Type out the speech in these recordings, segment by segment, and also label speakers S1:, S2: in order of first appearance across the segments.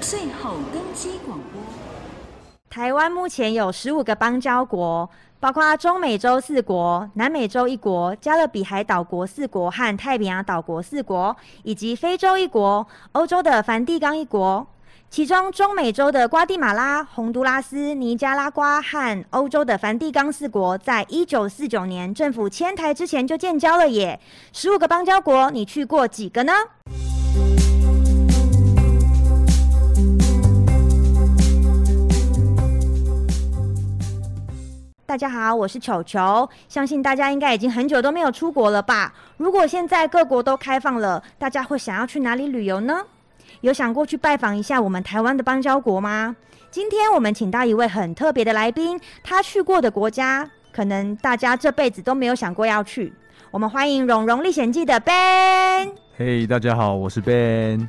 S1: 最后更新广播。
S2: 台湾目前有十五个邦交国，包括中美洲四国、南美洲一国、加勒比海岛国四国和太平洋岛国四国，以及非洲一国、欧洲的梵蒂冈一国。其中，中美洲的瓜地马拉、洪都拉斯、尼加拉瓜和欧洲的梵蒂冈四国，在一九四九年政府迁台之前就建交了耶。十五个邦交国，你去过几个呢？大家好，我是球球。相信大家应该已经很久都没有出国了吧？如果现在各国都开放了，大家会想要去哪里旅游呢？有想过去拜访一下我们台湾的邦交国吗？今天我们请到一位很特别的来宾，他去过的国家，可能大家这辈子都没有想过要去。我们欢迎《蓉蓉历险记》的 Ben。
S3: 嘿大家好，我是 Ben，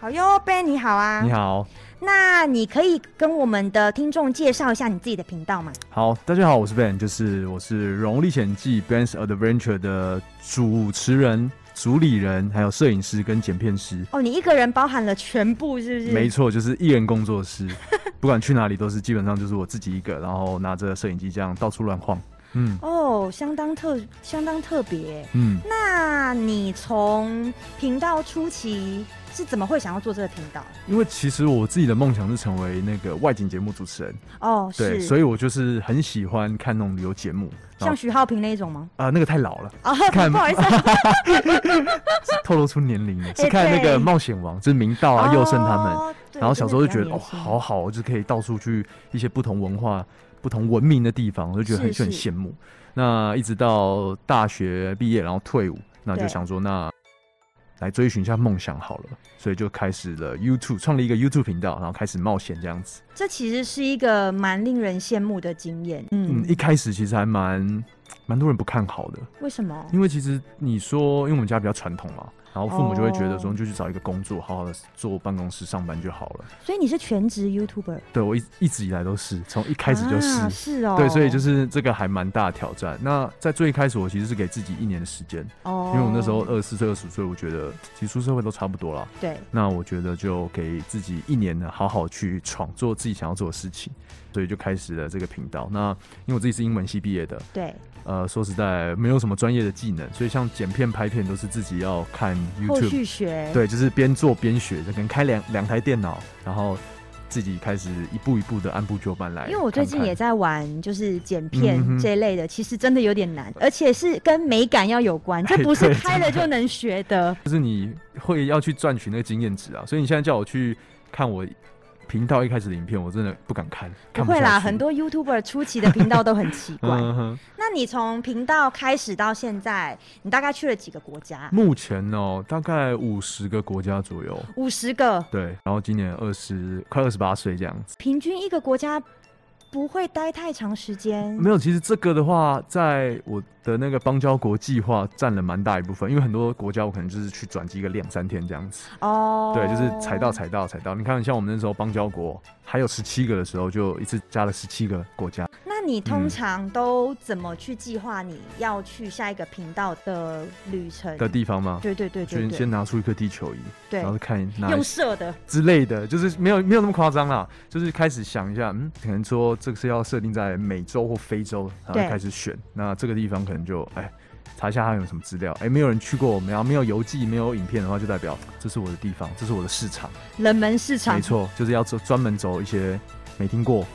S2: 好哟，Ben 你好啊。
S3: 你。好，
S2: 那你可以跟我们的听众介绍一下你自己的频道吗？
S3: 好，大家好，我是 Ben，就是我是《荣历险记》Ben's Adventure 的主持人、主理人，还有摄影师跟剪片师。
S2: 哦，你一个人包含了全部，是不是？
S3: 没错，就是艺人工作 室，不管去哪里都是基本上就是我自己一个，然后拿着摄影机这样到处乱晃。嗯
S2: 哦，相当特，相当特别。
S3: 嗯，
S2: 那你从频道初期是怎么会想要做这个频道？
S3: 因为其实我自己的梦想是成为那个外景节目主持人，
S2: 哦，
S3: 对，
S2: 是，
S3: 所
S2: 以
S3: 以我就是很喜欢看那种旅游节目，然
S2: 像
S3: 后
S2: 徐浩平那一种吗？
S3: 啊、那个太老了。
S2: 哦，
S3: 看
S2: 不好意思，
S3: 透露出年 龄了，
S2: 对
S3: 是看那
S2: 哎对
S3: 个冒险王，就是明道啊、佑胜他们，
S2: 哦，对
S3: 然后小时候就觉
S2: 真
S3: 得
S2: 的
S3: 哦，
S2: 比较年轻
S3: 好好哦，就可以到处去一些不同文化、不同文明的地方，我就觉得很
S2: 是
S3: 就是很羡慕。那一直到大学毕业，然后退伍，那就
S2: 对
S3: 想说那。来追寻一下梦想好了，所以就开始了 YouTube，创立一个 YouTube 频道，然后开始冒险这样子。
S2: 这其实是一个蛮令人羡慕的经验。
S3: 嗯，一开始其实还蛮蛮多人不看好的，
S2: 为什么？
S3: 因为其实你说，因为我们家比较传统嘛，然后父母就会觉
S2: 哦
S3: 得说，你就去找一个工作，好好的坐办公室上班就好了。
S2: 所以你是全职 YouTuber，
S3: 对我一一直以来都是，从一开始就是，
S2: 啊、是哦，
S3: 对，所以就是这个还蛮大的挑战。那在最一开始，我其实是给自己一年的时间，
S2: 哦
S3: 因为我那时候二十四岁、二十五岁，我觉得其实出社会都差不多了。
S2: 对
S3: 那我觉得就给自己一年呢，好好去闯，做自己想要做的事情，所以就开始了这个频道。那因为我自己是英文系毕业的，
S2: 对，
S3: 呃，说实在没有什么专业的技能，所以像剪片、拍片都是自己要看
S2: 后
S3: YouTube，
S2: 续学，
S3: 对，就是边做边学，就跟开两两台电脑，然后自己开始一步一步的按部就班来看看。
S2: 因为我最近也在玩，就是剪片
S3: 嗯哼
S2: 这一类的，其实真的有点难，而且是跟美感要有关，这
S3: 哎
S2: 不是
S3: 对
S2: 开了就能学的。
S3: 就是你会要去赚取那个经验值啊，所以你现在叫我去看我频道一开始的影片，我真的不敢看，
S2: 不
S3: 看
S2: 会
S3: 下
S2: 啦，
S3: 去
S2: 很。多 YouTuber 初期的频道都很奇怪。
S3: 嗯哼，
S2: 那你从频道开始到现在，你大概去了几个国家？
S3: 目前哦，大概五十个国家左右，
S2: 五十个，
S3: 对，然后今年二十快二十八岁这样子。
S2: 平均一个国家不会待太长时间。
S3: 没有，其实这个的话，在我的那个邦交国计划占了蛮大一部分，因为很多国家我可能就是去转机个两三天这样子。
S2: 哦，
S3: 对，就是踩到踩到踩到。你看，像我们那时候邦交国还有十七个的时候，就一次加了十七个国家。
S2: 那你通常都怎么去计划你要去下一个频道的旅程？
S3: 的地方吗？
S2: 对对对对
S3: 先
S2: 对
S3: 先拿出一颗地球仪，
S2: 对
S3: 然后看哪
S2: 用射的，
S3: 之类的，就是没有没有那么夸张啦，就是开始想一下，嗯，可能说这个是要设定在美洲或非洲，然
S2: 对
S3: 后开始选。那这个地方可能就哎。查一下它有什么资料？哎、没有人去过，然后没有游记，没有影片的话，就代表这是我的地方，这是我的市场。
S2: 冷门市场
S3: 没。错，就是要走专门走一些没听过、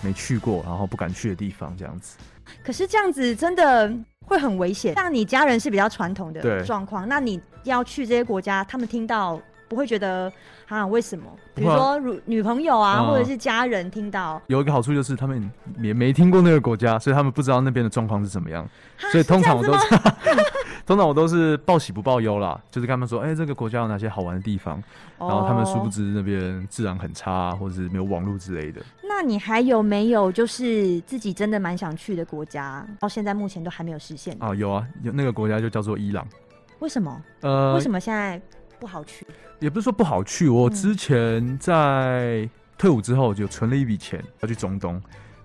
S3: 没去过，然后不敢去的地方，这样子。
S2: 可是这样子真的会很危险。像你家人是比较传统的
S3: 对
S2: 状况，那你要去这些国家，他们听到不会觉得啊为什么？比
S3: 不
S2: 如
S3: 会啊
S2: 说如女朋友啊，
S3: 嗯
S2: 或者是家人听到，
S3: 有一个好处就是他们也没听过那个国家，所以他们不知道那边的状况是怎么样。
S2: 啊
S3: 所以通常我都是， 通常我都是报喜不报忧啦，就是跟他们说，哎、这个国家有哪些好玩的地方，
S2: 然
S3: 然后他们殊不。知那边治安很差，或者是没有网络之类的。
S2: 那你还有没有就是自己真的蛮想去的国家，到现在目前都还没有实现的？
S3: 啊，有啊，有那个国家就叫做伊朗。
S2: 为什么？
S3: 呃
S2: 为，什么现在不好去？
S3: 也不是说不好去，我
S2: 嗯
S3: 之前在退伍之后就存了一笔钱要去中东，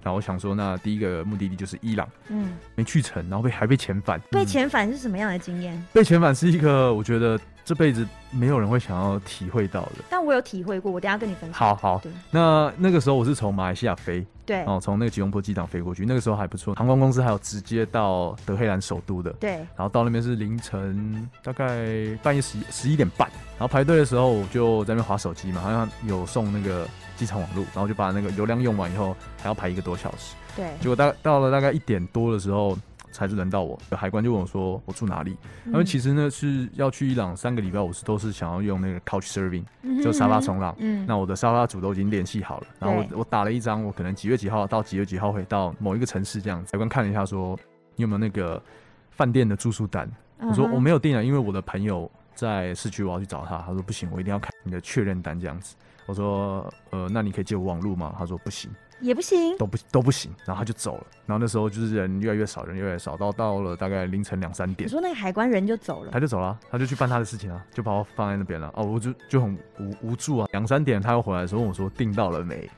S3: 然后我想说，那第一个目的地就是伊朗，
S2: 嗯，
S3: 没去成，然后被还被遣返，
S2: 被
S3: 嗯
S2: 遣返是什么样的经验？
S3: 被遣返是一个我觉得这辈子没有人会想要体会到的。
S2: 但我有体会过，我等一下跟你分享。
S3: 好好
S2: 对，
S3: 那那个时候我是从马来西亚飞，
S2: 对
S3: 哦，从那个吉隆坡机场飞过去，那个时候还不错，航空公司还有直接到德黑兰首都的。
S2: 对，
S3: 然后到那边是凌晨大概半夜十十一点半，然后排队的时候我就在那边划手机嘛，好像有送那个机场网络，然后就把那个流量用完以后还要排一个多小时，
S2: 对，
S3: 结果大到了大概一点多的时候。才轮到我，海关就问我说我住哪里？
S2: 嗯
S3: 他们其实呢是要去伊朗三个礼拜，我是都是想要用那个 Couch Serving，
S2: 实
S3: 就沙发冲浪。
S2: 嗯
S3: 那我的沙发主都已经联系好了，然后我我打了一张，我可能几月几号到几月几号会到某一个城市这样子。海关看了一下说，你有没有那个饭店的住宿单？我
S2: 嗯
S3: 说我没有订啊，因为我的朋友在市区，我要去找他。他说不行，我一定要看你的确认单这样子。我说呃，那你可以借我网路吗？他说不行，
S2: 也不行，
S3: 都不都不行。然后他就走了。然后那时候就是人越来越少，人越来越少，到到了大概凌晨两三
S2: 你
S3: 点。
S2: 说那个海关人就走了，
S3: 他就走了，他就去办他的事情啊，就把我放在那边了。哦，我就就很无无助啊。两三点他又回来的时候问我说订到了没？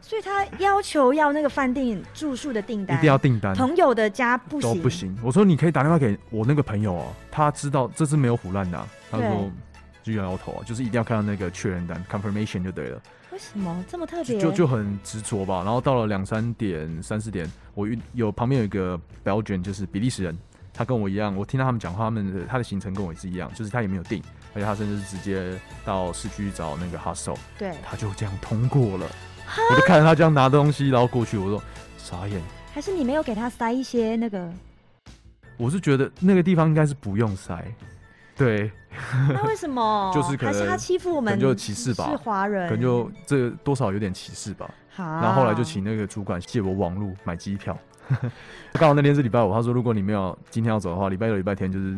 S2: 所以他要求要那个饭店住宿的订
S3: 一
S2: 单，
S3: 定要订单，
S2: 朋友的家不
S3: 都
S2: 行，
S3: 不，行。我说你可以打电话给我那个朋友哦，他知道这次没有腐烂的啊、他
S2: 对
S3: 说就摇摇头啊，就是一定要看到那个确认单 confirmation 就对了，
S2: 为什么这么特
S3: 就
S2: 别？
S3: 就就很执着吧。然后到了两三点、三四点，我遇有旁边有一个 Belgian，就是比利时人。他跟我一样，我听到他们讲话，他们的他的行程跟我也是一样，就是他也没有定，而且他甚至是直接到市区找那个 hostel，
S2: 对，
S3: 他就这样通过了。我就看着他这样拿东西，然后过去，我说傻眼，
S2: 还是你没有给他塞一些那 个？
S3: 我是觉得那个地方应该是不用塞，对，
S2: 那为什么？
S3: 就是可能
S2: 还是他欺负我
S3: 可
S2: 们，
S3: 能就歧视吧
S2: 是华人，
S3: 可能就这多少有点歧视吧。
S2: 好。
S3: 然后后来就请那个主管借我网路买机票， 刚好那天是礼拜五，他说如果你没有今天要走的话，礼拜六、礼拜天就是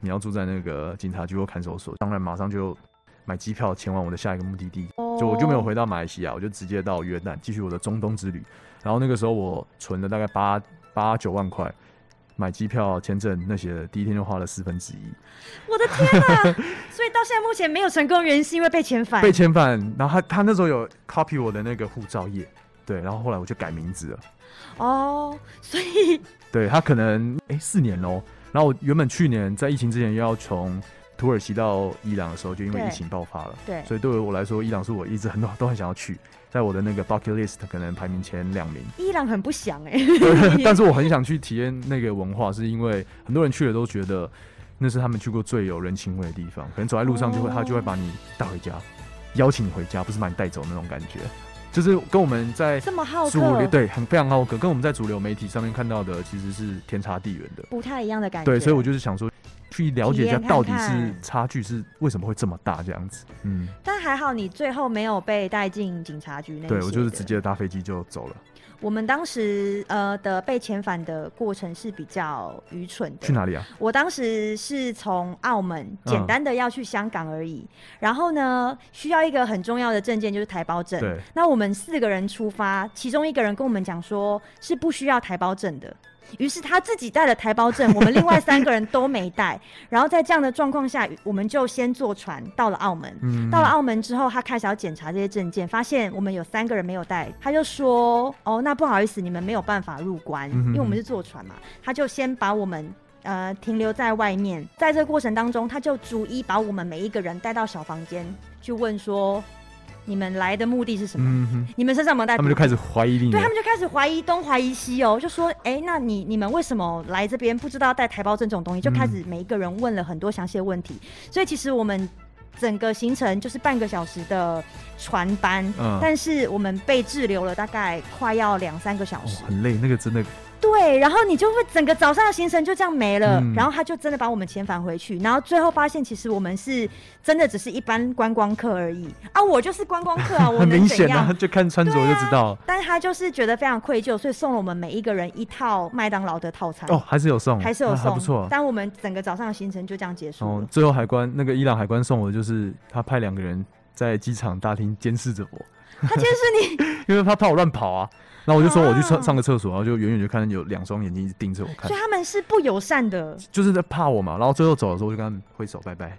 S3: 你要住在那个警察局或看守所，当然马上就买机票前往我的下一个目的地。
S2: 哦
S3: 就我就没有回到马来西亚，我就直接到约旦继续我的中东之旅。然后那个时候我存了大概八八九万块，买机票、签证那些的，第一天就花了四分之一。
S2: 我的天 哪！所以到现在目前没有成功，原因是因为被遣返。
S3: 被遣返，然后他他那时候有 copy 我的那个护照页，对，然后后来我就改名字了，
S2: 哦，所以
S3: 对他可能哎四年喽，然后我原本去年在疫情之前要从土耳其到伊朗的时候，就因为
S2: 对
S3: 疫情爆发了，
S2: 对
S3: 所以对于我来说，伊朗是我一直很都很想要去，在我的那个 bucket list 可能排名前两名，
S2: 伊朗很不想哎、
S3: 对但是我很想去体验那个文化，是因为很多人去了都觉得那是他们去过最有人情味的地方，可能走在路上就会、
S2: 哦
S3: 他就会把你带回家，邀请你回家，不是把你带走那种感觉，就是跟我们在
S2: 这么好
S3: 主流
S2: 客，
S3: 对很非常好客，跟我们在主流媒体上面看到的其实是天差地远的，
S2: 不太一样的感觉。
S3: 对，所以我就是想说。去了解一下
S2: 体验看看
S3: 到底是差距是为什么会这么大这样子，嗯，
S2: 但还好你最后没有被带进警察局那一
S3: 对我
S2: 些
S3: 就是
S2: 的
S3: 直。接搭飞机就走了。
S2: 我们当时呃的被遣返的过程是比较愚蠢的。
S3: 去哪里嗯啊？
S2: 我当时是从澳门简单的要去香港而已，然后呢，需要一个很重要的证件，就是台胞证。
S3: 对，
S2: 那我们四个人出发，其中一个人跟我们讲说是不需要台胞证的。于是他自己带了台胞证，我们另外三个人都没带。 然后在这样的状况下，我们就先坐船到了澳门。
S3: 嗯，
S2: 到了澳门之后，他开始要检查这些证件，发现我们有三个人没有带，他就说：“哦，那不好意思，你们没有办法入关，
S3: 嗯哼
S2: 因为我们是坐船嘛。”他就先把我们。呃，停留在外面，在这个过程当中，他就逐一把我们每一个人带到小房间，去问说：“你们来的目的是什么？
S3: 嗯哼，
S2: 你们身上有没有带
S3: 他
S2: 毒
S3: 们
S2: 品？”
S3: 就开始怀疑你
S2: 对他们就开始怀疑东怀疑西哦，就说：“哎、那你你们为什么来这边不知道带台胞证这种
S3: 嗯
S2: 东西？”就开始每一个人问了很多详细的问题。所以其实我们整个行程就是半个小时的船班，
S3: 嗯
S2: 但是我们被滞留了大概快要两三个小
S3: 哦
S2: 时。
S3: 很累，那个真的
S2: 对，然后你就会整个早上的行程就这样没了，
S3: 嗯
S2: 然后他就真的把我们遣返回去，然后最后发现其实我们是真的只是一般观光客而已啊，我就是观光客 啊，我
S3: 很
S2: 能
S3: 明
S2: 怎
S3: 显
S2: 样？
S3: 啊，就看穿着就知道、
S2: 但他就是觉得非常愧疚，所以送了我们每一个人一套麦当劳的套餐，
S3: 哦，还是有送，
S2: 啊还是有
S3: 啊
S2: 送，嗯
S3: 还不错。
S2: 但我们整个早上的行程就这样结束了。
S3: 哦，最后海关那个伊朗海关送我，的就是他派两个人在机场大厅监视着我，
S2: 他监视你，
S3: 因为他怕我乱跑啊。然后我就说我去
S2: 啊
S3: 上上个厕所，然后就远远就看见有两双眼睛一直盯着我 看
S2: 所以，他们是不友善 的。
S3: 就是在怕我嘛。然后最后走的时候，我就跟他们挥手拜拜。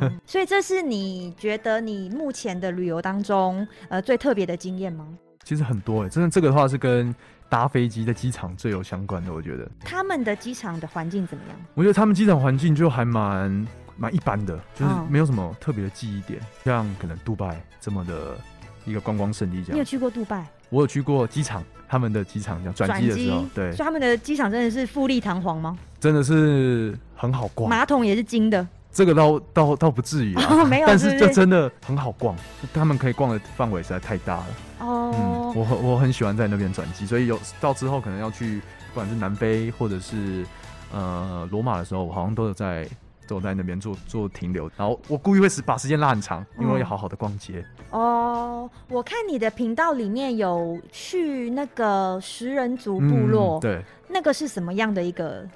S2: 嗯所以这是你觉得你目前的旅游当中，呃，最特别的经验吗？
S3: 其实很多哎、真的这个的话是跟搭飞机在机场最有相关的，我觉得。
S2: 他们的机场的环境怎么样？
S3: 我觉得他们机场环境就还蛮蛮一般的，就是
S2: 嗯
S3: 没有什么特别的记忆点，像可能杜拜这么的一个观光胜地这
S2: 你有
S3: 样。
S2: 去过杜拜
S3: 我有去过机场，他们的机场这样转机的时候，对
S2: 所以，他们的机场真的是富丽堂皇吗？
S3: 真的是很好逛。
S2: 马桶也是金的，
S3: 这个倒倒倒不至于 啊，
S2: 哦， 没有，
S3: 但
S2: 是
S3: 是
S2: 不
S3: 就是真的很好逛，他们可以逛的范围实在太大了。嗯，
S2: 哦，
S3: 我很我很喜欢在那边转机，所以有到之后可能要去，不管是南非或者是呃罗马的时候，我好像都有在都有在那边做做停留。然后我故意会是把时间拉很长，因
S2: 嗯
S3: 为要好好的逛街。
S2: 哦，我看你的频道里面有去那个食人族部落，
S3: 嗯对，
S2: 那个是什么样的一个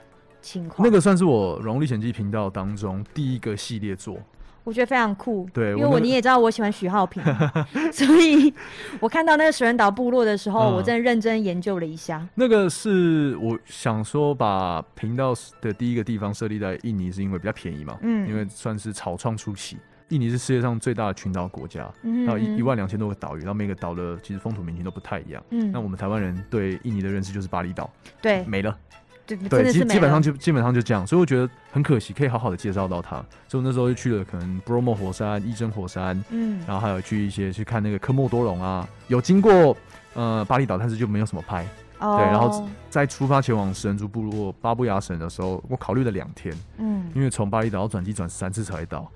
S2: 情况？
S3: 那个算是我《荣历险记》频道当中第一个系列作。
S2: 我觉得非常酷，
S3: 对
S2: 因
S3: 我
S2: 为
S3: 那
S2: 我
S3: 个
S2: 你也知道我喜欢徐浩 平， 所以我看到那个食人岛部落的时候，
S3: 嗯
S2: 我真的认真研究了一下。
S3: 那个是我想说把频道的第一个地方设立在印尼，是因为比较便宜嘛，
S2: 嗯
S3: 因为算是草创初期。印尼是世界上最大的群岛国家，
S2: 嗯
S3: 还有哦一一
S2: 嗯
S3: 万两千多个岛屿，然后每个岛的其实风土民情都不太一样。那
S2: 嗯，
S3: 我们台湾人对印尼的认识就是巴厘岛
S2: 对
S3: 没了，
S2: 对，真
S3: 对，
S2: 的
S3: 基
S2: 是
S3: 基
S2: 没
S3: 本
S2: 了。
S3: 上就基本上就这样，所以我觉得很可惜，可以好好的介绍到它。所以我那时候就去了可能 Bromo 火山、伊真火山，
S2: 嗯，
S3: 然后还有去一些去看那个科莫多龙啊，有经过呃巴厘岛，但是就没有什么拍。
S2: 哦
S3: 对，然后在出发前往神族部落巴布亚省的时候，我考虑了两天，
S2: 嗯，
S3: 因为从巴厘岛要转机转三次才会到。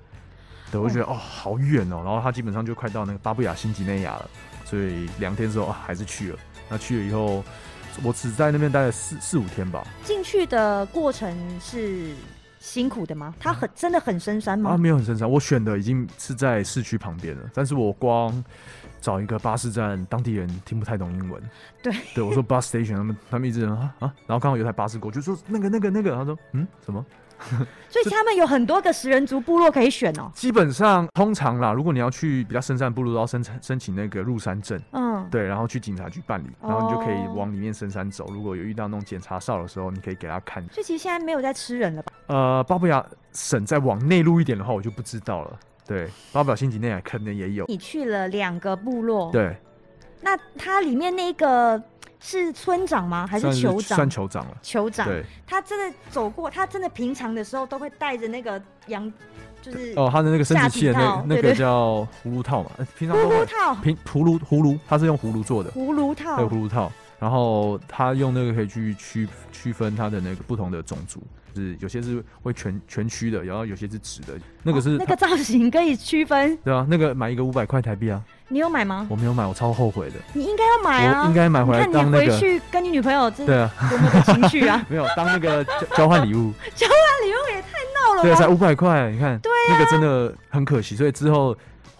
S3: 对，我就觉得哦好远哦，然后它基本上就快到那个巴布亚新几内亚了，所以两天之后、啊、还是去了。那去了以后，我只在那边待了四四五天吧，
S2: 进去的过程是辛苦的吗？它很真的很深山
S3: 嗯啊
S2: 吗？
S3: 没有很深山，我选的已经是在市区旁边了，但是我光找一个巴士站，当地人听不太懂英文，
S2: 对，
S3: 对我说 bus station，他们他们一直啊啊，然后刚好有台巴士过去，就说那个那个那个，他说嗯什么？
S2: 所以他们有很多个食人族部落可以选哦。
S3: 基本上通常啦，如果你要去比较深山部落，都要申申请那个入山证，
S2: 嗯，
S3: 对，然后去警察局办理，然后你就可以
S2: 哦
S3: 往里面深山走。如果有遇到那种检查哨的时候，你可以给他看。
S2: 所以其实现在没有在吃人了吧？
S3: 呃，巴布亚省再往内陆一点的话，我就不知道了。对，巴布亚新几内亚可能也有。
S2: 你去了两个部落，
S3: 对，
S2: 那它里面那个是村长吗？还是
S3: 算
S2: 酋
S3: 算
S2: 长？
S3: 酋长了。
S2: 酋长，
S3: 对，
S2: 他真的走过，他真的平常的时候都会带着那个羊，就是
S3: 哦，他的那个生殖器的
S2: 下体
S3: 那
S2: 套
S3: 那
S2: 对对
S3: 个叫葫芦套嘛，呃平常
S2: 葫
S3: 都
S2: 芦
S3: 会
S2: 套，
S3: 平葫芦葫芦，它是用葫芦做的。
S2: 葫芦
S3: 还
S2: 套
S3: 有葫，芦套，然后他用那个可以去区区分它的那个不同的种族，就是有些是会全全区的，然后有些是直的，那个是、
S2: 哦那个造型可以区分。
S3: 对啊，那个买一个五百块台币啊，
S2: 你有买吗？
S3: 我没有买，我超后悔的，
S2: 你应该要买啊！
S3: 我应该买回来
S2: 你看
S3: 当
S2: 你
S3: 那
S2: 回
S3: 个，
S2: 去跟你女朋友这
S3: 对啊，
S2: 多么的情趣 啊！
S3: 没有当那 个交交换礼物，
S2: 那礼物也太闹了
S3: 对啊，
S2: 吧！
S3: 才五百块，你看，对、
S2: 啊
S3: 那个真的很可惜，所以之后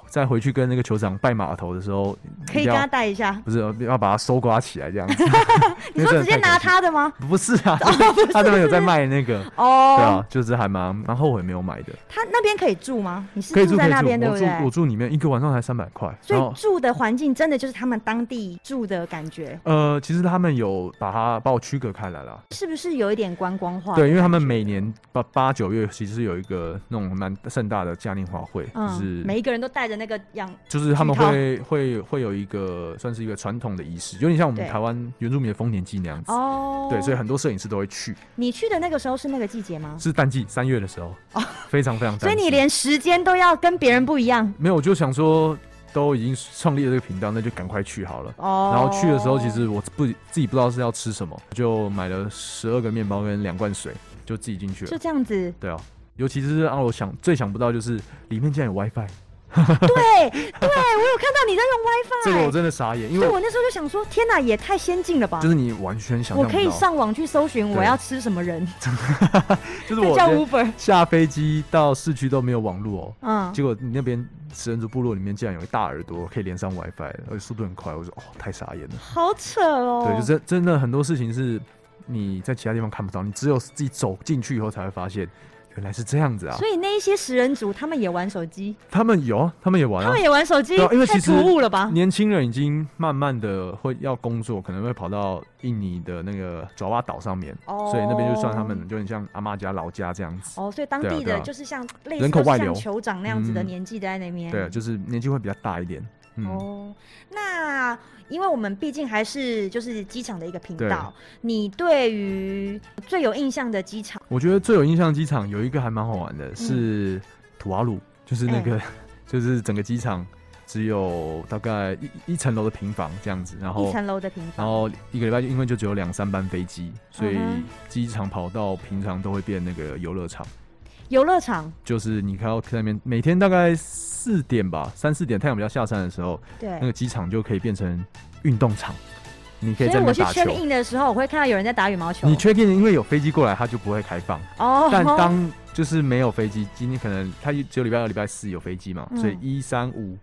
S3: 再回去跟那个酋长拜码头的时候，
S2: 可
S3: 一
S2: 以
S3: 定
S2: 跟
S3: 要
S2: 他带一下。
S3: 不是要把它搜刮起来 这样子，
S2: 你
S3: 因为
S2: 说
S3: 真
S2: 直
S3: 的
S2: 接
S3: 太可
S2: 拿
S3: 惜
S2: 他的吗？
S3: 不是 啊，他那边有在卖那个。对
S2: 哦
S3: 啊，，就是还蛮蛮后悔没有买的。
S2: 他那边可以住吗？你是
S3: 可以
S2: 住
S3: 住可
S2: 在
S3: 以
S2: 那边
S3: 住，
S2: 对
S3: 我
S2: 不
S3: 住
S2: 对？
S3: 我住里面一个晚上才三百块，
S2: 所
S3: 然后
S2: 以住的环境真的就是他们当地住的感觉，
S3: 呃，其实他们有把它把我区隔开来了，
S2: 是不是有一点观光化？
S3: 对，因为他们每年八八九月其实是有一个那种蛮盛大的嘉年华会，
S2: 嗯，
S3: 就是
S2: 每一个人都带着那个羊，
S3: 就是他们
S2: 巨套
S3: 会会会有一个算是一个传统的仪式，有点像我们
S2: 对
S3: 台湾原住民的丰年祭那样子。
S2: 哦，
S3: 对，所以很多摄影师都会去，
S2: 你去的那个时候是那个季节吗？
S3: 是淡季三月的时候，非常非常淡季。
S2: 哦 所以你连时间都要跟别人不一样
S3: 没有，我就想说都已经创立了这个频道，那就赶快去好了。
S2: 哦。
S3: 然后去的时候，其实我不自己不知道是要吃什么，就买了十二个面包跟两罐水，就自己进去
S2: 就
S3: 了。
S2: 这样
S3: ，
S2: 子
S3: 对啊，尤其是让我想最想不到就是里面竟然有
S2: 哎
S3: WiFi，
S2: 对对，我有看到你在
S3: 这个
S2: 用
S3: 我
S2: WiFi，
S3: 真的傻眼，因
S2: 所
S3: 为
S2: 以我那时候就想说，天哪，也太先进了吧！
S3: 就是你完全想
S2: 我
S3: 象
S2: 可以
S3: 不到，
S2: 上网去搜寻我
S3: 对
S2: 要吃什么人，
S3: 就是
S2: 再
S3: 我
S2: 叫
S3: 连
S2: Uber，
S3: 下飞机到市区都没有网络哦。
S2: 嗯，
S3: 结果你那边食人族部落里面竟然有一大耳朵可以连上 WiFi，而且速度很快，我说哦太傻眼了。
S2: 好扯哦。
S3: 对，就真真的很多事情是你在其他地方看不到，你只有自己走进去以后才会发现原来是这样子啊。
S2: 所以那一些食人族，他们也玩手机，
S3: 他们有啊，他们也玩
S2: 他
S3: 啊
S2: 们。也玩手机，
S3: 对啊因为
S2: 太
S3: 其实
S2: 突兀了吧？
S3: 年轻人已经慢慢的会要工作，可能会跑到印尼的那个爪哇岛上面，
S2: 哦
S3: 所以那边就算他们有点像阿妈家老家这样子。
S2: 哦，所以当
S3: 对啊
S2: 地
S3: 对
S2: 的
S3: 啊
S2: 就是像类似
S3: 人口
S2: 都是
S3: 外
S2: 像
S3: 流
S2: 酋长那样子的
S3: 嗯
S2: 年纪在那边，
S3: 对，就是年纪会比较大一点。嗯，
S2: 哦，那因为我们毕竟还是就是机场的一个频
S3: 对
S2: 道，你对于最有印象的机场，
S3: 我觉得最有印象的机场有一个还蛮好玩
S2: 嗯
S3: 的，是土瓦鲁，就是那
S2: 哎
S3: 个 就是整个机场只有大概一一层楼的平房这样子，然
S2: 一
S3: 后
S2: 层楼的平
S3: 然
S2: 房，
S3: 后一个礼拜就因为就只有两三班飞机，所以
S2: 嗯哼
S3: 机场跑道平常都会变那个游乐场。
S2: 游乐场，
S3: 就是你看到在那边，每天大概四点吧，三四点太阳比较下山的时候，
S2: 对
S3: 那。个机场就可以变成运动场，你
S2: 所
S3: 可以
S2: 以
S3: 在那
S2: 我
S3: 边
S2: 去
S3: 打球
S2: check。in 的时候，我会看到有人在打羽毛球。
S3: 你 check in，因为有飞机过来，它就不会开放。
S2: 哦，
S3: 但当就是没有飞机，今天可能它只有礼拜二、礼拜四有飞机嘛，
S2: 嗯
S3: 所以一三五